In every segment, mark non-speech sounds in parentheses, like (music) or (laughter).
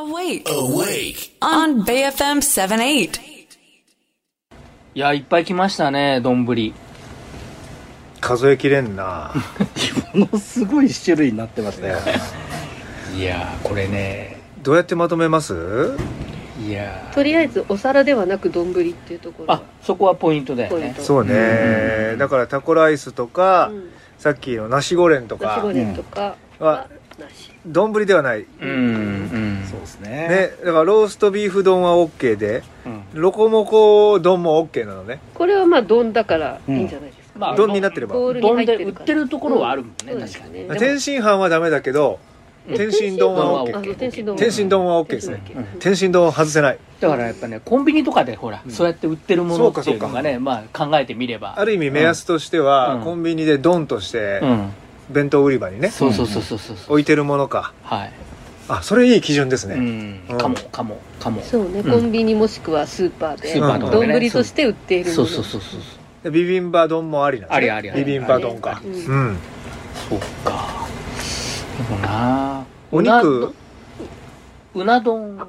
Awake Awake. on BFM 78. いや、いっぱい来ましたね、丼。も数えきれんなのすごい種類になってますね。いやー、これね、どうやってまとめますいやとりあえずお皿ではなく丼っていうとこー。ろあ、そこはポイントだよポインねト。そうねだからタコライスとか、うんさっきのナシゴレンとナシかゴレンとかははなし丼ではない、ね、うん、うん。そうですね。だからローストビーフ丼は OK でんロコモコ丼も OK なのねこれはまあ丼だからいいんじゃないですか、まあ丼になってればボウルに丼入ってでる売からってるところはあるもんね、うん確かに。そうです天津飯はダメだけどうん天津丼はあ OK そう天津丼は天津丼は OK ですね天津丼は外せないだからやっぱね、コンビニとかでほら、そうやって売ってるものっていうのがね、まあ考えてみれば。ある意味目安としては、うんコンビニで丼としてうん。弁当売り場にね、そうそうそうそうそう。置いてるものかはい。あそれいい基準ですね、うんうん。かも、かも、かも。そうね、うんコンビニもしくはスーパーでスーパーとかでね丼として売っているもそのうそうそうそう。でビビンバ丼もありなんですねありありありビビンバ丼かうんうんそうか。でもなお肉うな丼は、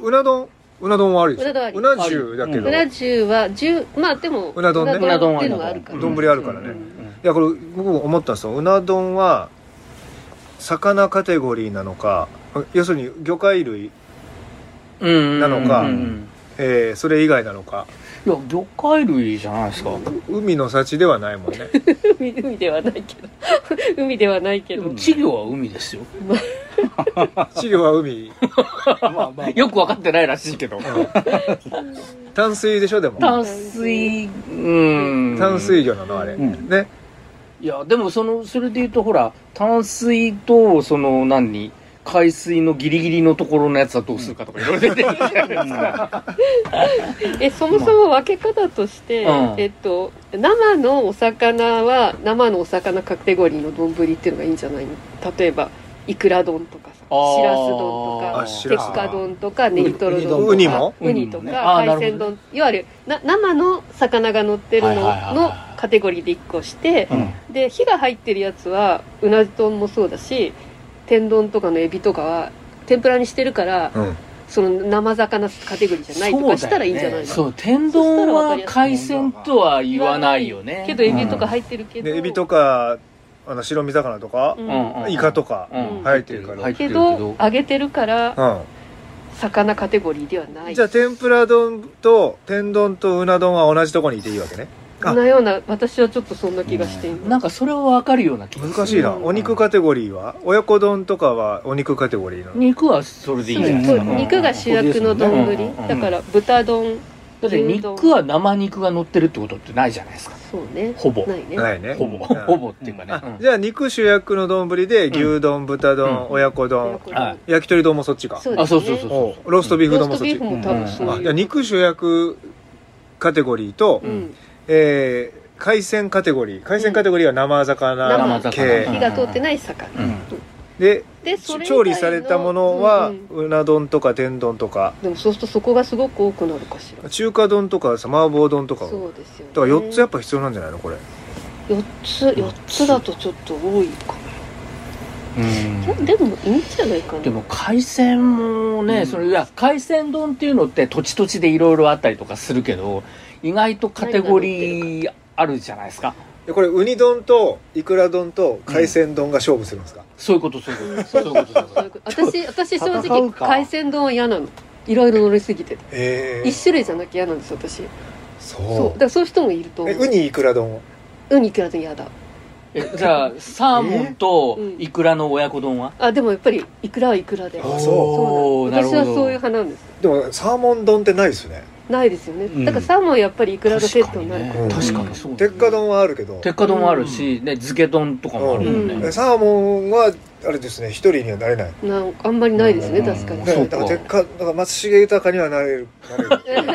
うな丼うな丼はありですうな丼ありうな重だけどうな重は十まあでもうな丼ねうな丼っていうのがあるからうな丼あるからね、うんいやこれ僕も思ったんですような丼は魚カテゴリーなのか要するに魚介類、うんなのかうんうんえーそれ以外なのかいや、魚介類じゃないですか。海の幸ではないもんね海海ではないけど (laughs) 海ではないけでども稚魚は海ですよ。稚魚は海よく分かってないらしいけど。淡水でしょでも淡水、うん。淡水。魚なのあれ、んねいや、でもその、それで言うとほら、淡水と、その、何に、海水のギリギリのところのやつはどうするかとか、いろいろ出てきてるじゃないですか。えそもそも分け方として、うんえっと、生のお魚は生のお魚カテゴリーの丼っていうのがいいんじゃないの例えばいくら丼とかさしあーらす丼とあかし鉄らす火丼とかネギトロ丼とかウニもウニとウかニもねあー海鮮丼いわゆるな生の魚が乗ってるのはいはいはいのはいカテゴリーで1個してうんで火が入ってるやつはうな丼もそうだし天丼とかのエビとかは天ぷらにしてるからうんその生魚カテゴリーじゃないとかしたらいいんじゃないのそう,、天丼は海鮮とは言わないよねけどエビとか入ってるけど、でエビとかあの白身魚とかう、んうんうんイカとか、うん入ってるから入ってるけけどど揚げてるからうん魚カテゴリーではないじゃあ天ぷら丼と天丼とうな丼は同じとこにいていいわけねこんなような私はちょっとそんな気がしています、なんかそれは分かるような気がする難しいな、うんお肉カテゴリーは親子丼とかはお肉カテゴリーなの肉はそれでいいじゃないですそうか、ん肉が主役の丼、うんうんうんだから豚丼だって肉は生肉が乗ってるってことってないじゃないですかそうねほぼないねないねほぼ、うんほぼっていうかね、あうんじゃあ肉主役の丼で牛丼豚丼、うん親子親丼子は丼い焼き鳥丼もそっちかそうあですそうねそうそうおそうローストビーフロ丼ーもストそっビーちフも多分そういう、あじゃあ肉主役カテゴリーと、うん、えー海鮮カテゴリー海鮮カテゴリーは生魚、生魚系火が通ってない魚、うんででそれ以外の調理されたものは、ううんうんな丼とか天丼とかでもそうするとそこがすごく多くなるかしら中華丼とかさ麻婆丼とかそうですよ、ね、だから4つやっぱ必要なんじゃないのこれ4つ4つだとちょっと多いかうんなでもいいんじゃないかなでも海鮮もね、そのいや海鮮丼っていうのって土地土地でいろいろあったりとかするけど意外とカテゴリーあるじゃないですかでこれウニ丼とイクラ丼と海鮮丼が勝負するんですか、そういうことそういうことそういうことそういうことそういうこと私私正戦直うか海鮮丼は嫌なのいろいろ乗りすぎてええ一種類じゃなきゃ嫌なんです私そうだそからそういう人もいるとう思えうウニイクラ丼ウニいくらで嫌だえじゃあサーモンとイクラの親子丼はあでもやっぱりいくらはいくらであそそううななるの私ほはどそういう派なんですでもサーモン丼ってないですよねないですよね、うんだからサーモンはやっぱりいくらがセットになるうん確かにそうだね鉄火丼はあるけど鉄火丼もあるし、ね漬け丼とかもあるもんね、うんえサーモンはあれですね一人にはなれないなんかあんまりないですねうん確かに、うだんかそらうか鉄火だから松重豊にはなれるなれる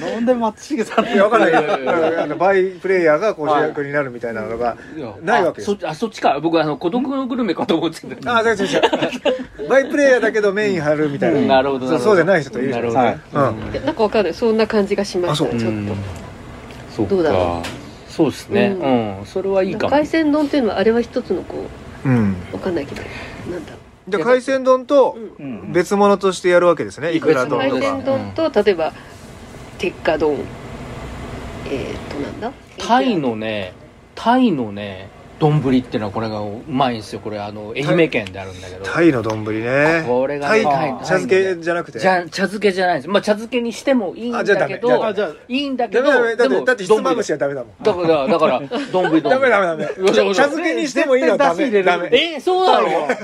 なんで松重さん (laughs) いやわかんないいやいやいやだからあのバイプレイヤーがこう主役になるみたいなのが、いやないわあけですそあそっちか僕あの孤独のグルメかと思ってたああ違う違う (laughs) 違うバイプレイヤーだけどメイン張るみたいな、うんなるほどなるほどそうじゃない人といるじゃないですかなるほどね、なんかわかんないそんな感じがしましたあちそょううっと、んそうどうだろうそうですねううん、それはいいかも海鮮丼っていうのはあれは一つのこううんわかんないけどなんだろうじゃあ海鮮丼とうんうん別物としてやるわけですねいくら丼海と別鮮か丼と例えば鉄火丼えーっとなんだタイのねタイのね丼っていうのはこれがうまいんですよこれあの愛媛県であるんだけどタイの丼ねこれがタねイタイ茶漬けじゃなくてじゃ茶漬けじゃないですまあ茶漬けにしてもいいんだけあじゃどああじゃあいいんだけダどメでダメだってもだってひつまぶしはダメだもん丼だからだから丼丼 (laughs) ダメダメダメよしよし茶漬けにしてもいいのはダメ絶対出汁入れるダメえーそうだろ茶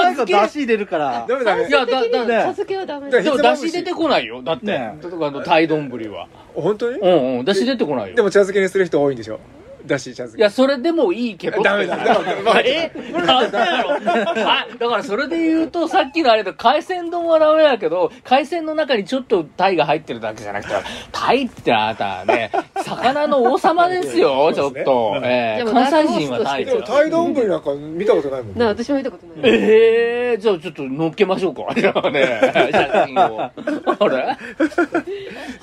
最後漬け出汁入れるからダメダメいやだだね茶漬けはダメだだでひつもまだぶしし出てこないよだって、ねとかあのタイ丼は本当にうんうんだし出てこないよでも茶漬けにする人多いんでしょだし茶漬いけや、それでもいいけど。ダメだダメ (laughs) だえダメだろ。はい。だからそれで言うと、さっきのあれだ、海鮮丼はダメだけど、海鮮の中にちょっとタイが入ってるだけじゃなくて、タイってあなたね、魚の王様ですよ、ち (laughs) そょうっですねと。えでーも関西人はタイでだもよタイ丼なんか見たことないもんな私も見たことないええー、じゃあちょっと乗っけましょうか。 (laughs) じゃあね、写真を。あれだか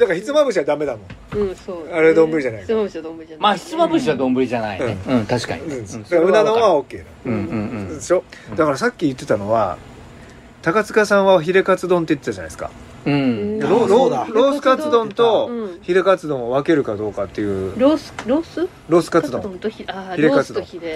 らひつまぶしはダメだもんうんそうあれ丼じゃないひつまぶしは丼じゃないまあ、ひつまぶしは丼じゃないね。うん、確かに。うんうんだからうな丼は OK うんうんなうんでしょだからさっき言ってたのは高塚さんはヒレカツ丼って言ってたじゃないですかうん。あローそうだロロースカツ丼とうんヒレカツ丼を分けるかどうかっていうロースロースロースカツカツ丼丼とひあーヒレロカーツス丼とヒレ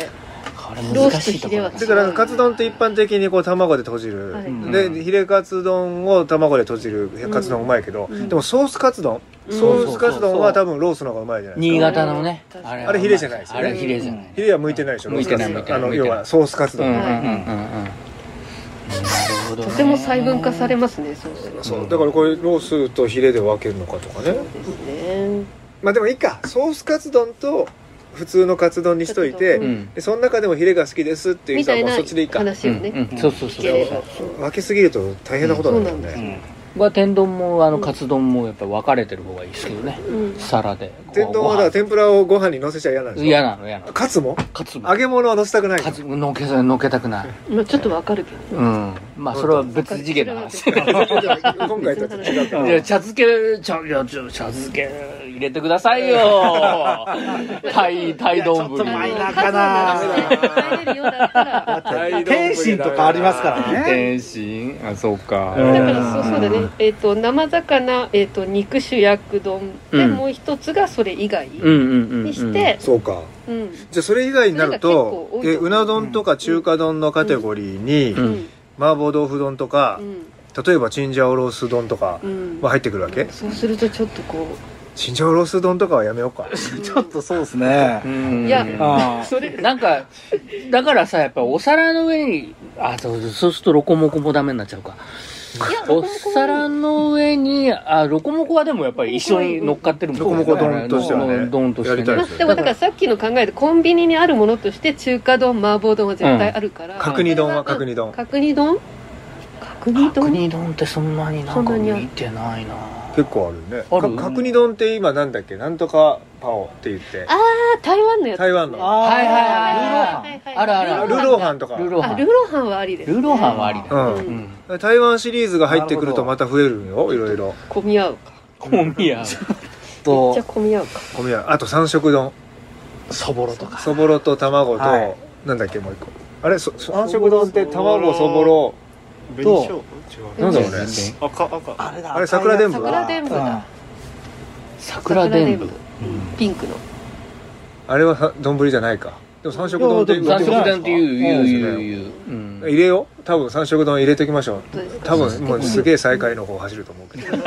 これ難しいところだロースとヒレはだからカツ丼って一般的にこう卵で閉じる、はいうんでヒレカツ丼を卵で閉じるカツ丼うまいけど、うんでもソースカツ丼、うんソースカツ丼は多分ロースの方がうまいじゃないですか新潟のね確かにあれあれヒレじゃないですよあねれヒレじゃないヒレは向いてないでしょ向いてないロース向いカツてないあの向いて要ないはソースカツうんう丼、んうんうんはいうんなるほどねとても細分化されますねそうするとそうだからこれロースとヒレで分けるのかとかねですねまあでもいいかソースカツ丼と普通のカツ丼にしといて、ううんでその中でもヒレが好きですっていうみ人たはいもうなそっちでいいか話をね、うんうんそうそうそう聞ければ分けすぎると大変なことになるようんそうなんですね、んまあ天丼もあのカツ丼もやっぱ分かれてる方がいいですけどねうん皿でこう天丼はだから天ぷらをご飯に乗せちゃ嫌なんでご飯しょ嫌なの嫌なのカツもカツ揚げ物は乗せたくない (laughs) カツのけのけたくないまあちょっとわかるけど、うんまあそれは別次元の話わかる今回とは違うからうんいや茶漬け茶いやちょ茶漬け入れてくださいよタイタイ丼いやちょっとマイナーカツは流れるようだったら天津とかありますからね天津あそうかうんだからそうそうだね、えっと生魚、えっと肉主役丼で、うんもう一つがそれ以外うんうんうんうんにして、そうかうんじゃあそれ以外になるそとれが結構多いえと思ううな丼とか中華丼のカテゴリーに、うん麻婆豆腐丼とか、うん例えばチンジャオロース丼とかうんは入ってくるわけ、そうするとちょっとこチンジャオロース丼とかはやめようかう、ちょっとそうですねうんいやあ (laughs) それなんか、だからさ、やっぱお皿の上に、あ、そう、そうするとロコモコもダメになっちゃうか。お皿の上に、あ、ロコモコはでもやっぱり一緒に乗っかってるもんロコモコ丼としてはね丼としてやりたいまあ、でもだからさっきの考えでコンビニにあるものとして中華丼麻婆丼は絶対あるから、角煮丼は角煮丼角煮丼角角煮丼煮丼ってそんなになんか見てないな結構あるねあかる角煮丼って今なんだっけなんとかパオって言ってああ台湾のやつ台湾のはいはいあーはいはい。ルーローハンあるあるああルる。ーローハンとかルーローハあルーン。ローハンはありです、ルーローハンはありだ。ううんんうん。台湾シリーズが入ってくるとまた増えるよいろいろ混み合うか小宮。めっちゃと混み合うかごめんあと三色丼そぼろとかそぼろと卵と、はいなんだっけもう一個あれそ三色丼って卵そぼろとなんだろうね。赤赤あれだあれ桜でんぶ桜でんぶだ桜でんぶ。ピンクのあれはさ丼じゃないかでも三色丼っていや言三って色ま丼す丼っていう、言う、言う、言う。うん入れよう多分三色丼入れときましょうどうですか多分もうすげえ最下位の方走ると思うけどま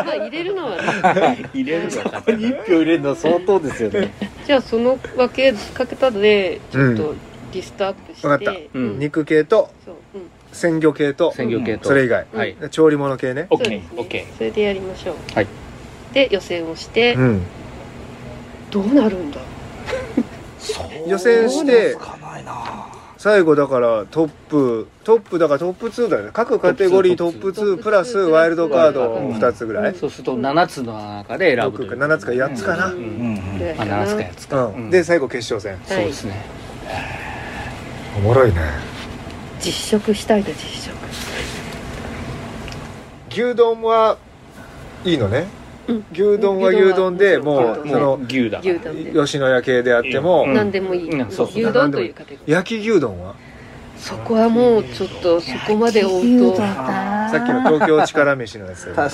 あ入れるのは、ね、 (laughs) 入れるのかここに一票入れるの相当ですよねじゃあその分けかけたのでちょっうとリストアップして、わかったうん肉系とそう、うん、鮮魚系と鮮魚系と。それ以外、はい調理物系ねオッそうケですー、オッケそれでやりましょうはいで予選をして、うんどうなるんだ予選してかないな最後だからトップトップだからトップ2だよね各カテゴリートトッッププ2プラスワイルドカード2つぐらい、うんー。そうすると7つの中で選ぶとい六う。か7つか8つかな、ううん。うんんぐらいまかあな7つか8つうか。んで最後決勝戦そうですね。おもろいね実食したいだ実食牛丼はいいのね、うん牛丼は牛丼でもううんそものう牛だから。牛丼で吉野家系であっても、うん何でもいい、うんそうそう牛丼というカテゴリー焼き牛丼はそこはもうちょっとそこまで追うとあさっきの東京力飯のやつ確か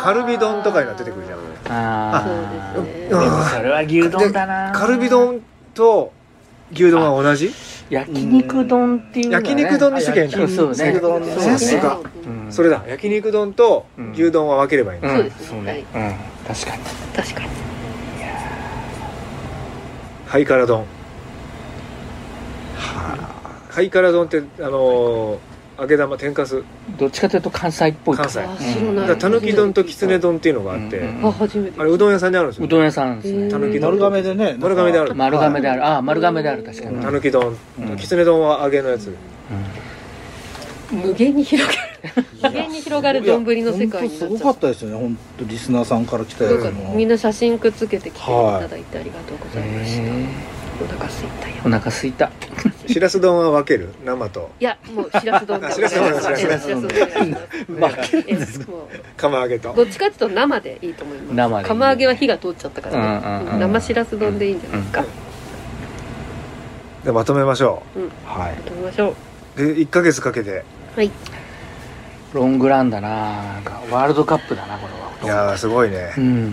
あーカルビ丼とかになって出てくるじゃんあそうーですねでもそれは牛丼だなカルビ丼と牛丼は同じ焼肉丼っていうのはね焼肉丼にしときゃいいんだ焼肉そうね焼肉丼そねうねさすがうんそれだ焼肉丼と牛丼は分ければいいんうだ、んそうですねそうねうん確かに確かにハイカラ丼ハイカラ丼ってあのー揚げ玉天かすどっちかというと関西っぽいか関西あ知らうんなだいからたぬき丼ときつね丼っていうのがあって、うんうんあ初めてあれうどん屋さんにあるんですうよどん屋さんですねへーたぬきに。丼丸亀でね。丸亀である丸亀であるあー丸亀である確かにたぬき丼うんきつね丼は揚げのやつ無限に広がる無限に広がる丼の世界になっいや本当すちゃごうかったですよね本当リスナーさんから来たやなんつかもみんな写真くっつけてきていただいてありがとうございました、お腹すいたよお腹すいたしらす丼は分ける生といやもうしらす丼でお願いしま (laughs) すあしらす丼えしらす丼えしらす丼でお願いしますええも釜揚げとうどっちかっていうと生でいいと思います生でいいね釜揚げは火が通っちゃったからね、うんうんうん生しらす丼でいいんじゃないですか、でまとめましょは食べましょううで1ヶ月かけてはいロングランだななんかワールドカップだなこれはいやーすごいねうん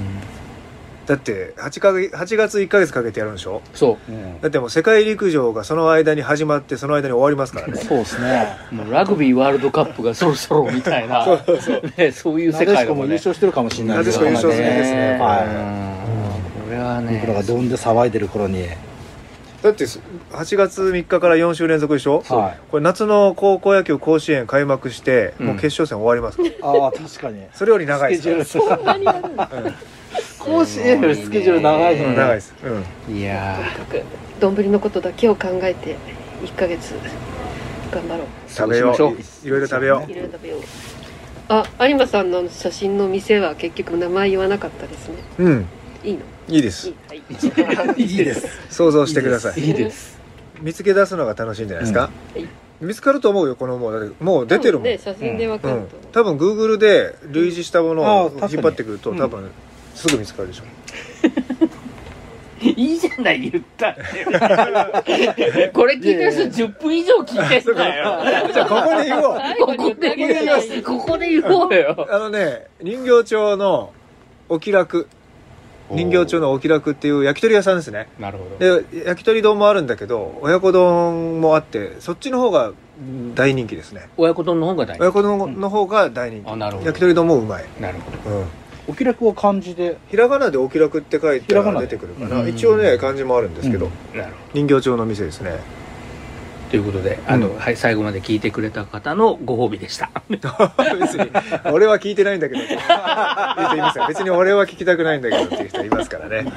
だって8か月8月1ヶ月かけてやるんでしょそい、うんだってもう世界陸上がその間に始まってその間に終わりますからねそうですねうもうラグビーワールドカップがそろそろみたいなねそういうな世で界しだこももん優ね勝してるかもしれないなでしこ優勝するんですねはうんこれはいね僕らがドーンで騒いでる頃にだってす8月3日から4週連続でしょはいこれ夏の高校野球甲子園開幕して、うんもう決勝戦終わります (laughs) からああ確かにそれより長いです (laughs) からスケジュー何ルやるんですか甲子園よりスケジュール長いですうんね長いです、うん、いやー丼のことだけを考えて1ヶ月頑張ろ食べようそうしまいいろいろ食べよういろいろ食べようあ有馬さんの写真の店は結局名前言わなかったですねううんいいのいいでいすいはいいいです想像してくださいいいです見つけ出すのが楽しいんじゃないですか、うんはい見つかると思うよこのもうだってもう出てるもん、ね写真でわかうるんと、多分グーグルで類似したものあをー確かに引っ張ってくるとうん多分すぐ見つかるでしょ、いいじゃない言ったって (laughs) これ聞いてる人10分以上聞いてんだよじゃあここで言おう最後こに言こってであげ言れいばまいいすここで言おうよあのね人形町のお気楽人形町のお気楽っていう焼き鳥屋さんですねなるほどで焼き鳥丼もあるんだけど親子丼もあってそっちの方がうん大人気ですね親子丼の方が大親事子丼の方が大人気、あなるほど焼き鳥丼もうまい、なるほどうん、お気楽を感じでひらがなでお気楽って書いてひらがな出でてくるかな、うん一応ね漢字もあるんですけど、うんなるほ人形町の店ですね (laughs) どということであの、うんはい、最後まで聞いてくれた方のご褒美でした別に俺は聞 (laughs) いてないんだけどっていう人いますよ別に俺は聞きたくないんだけどっていう人いますからね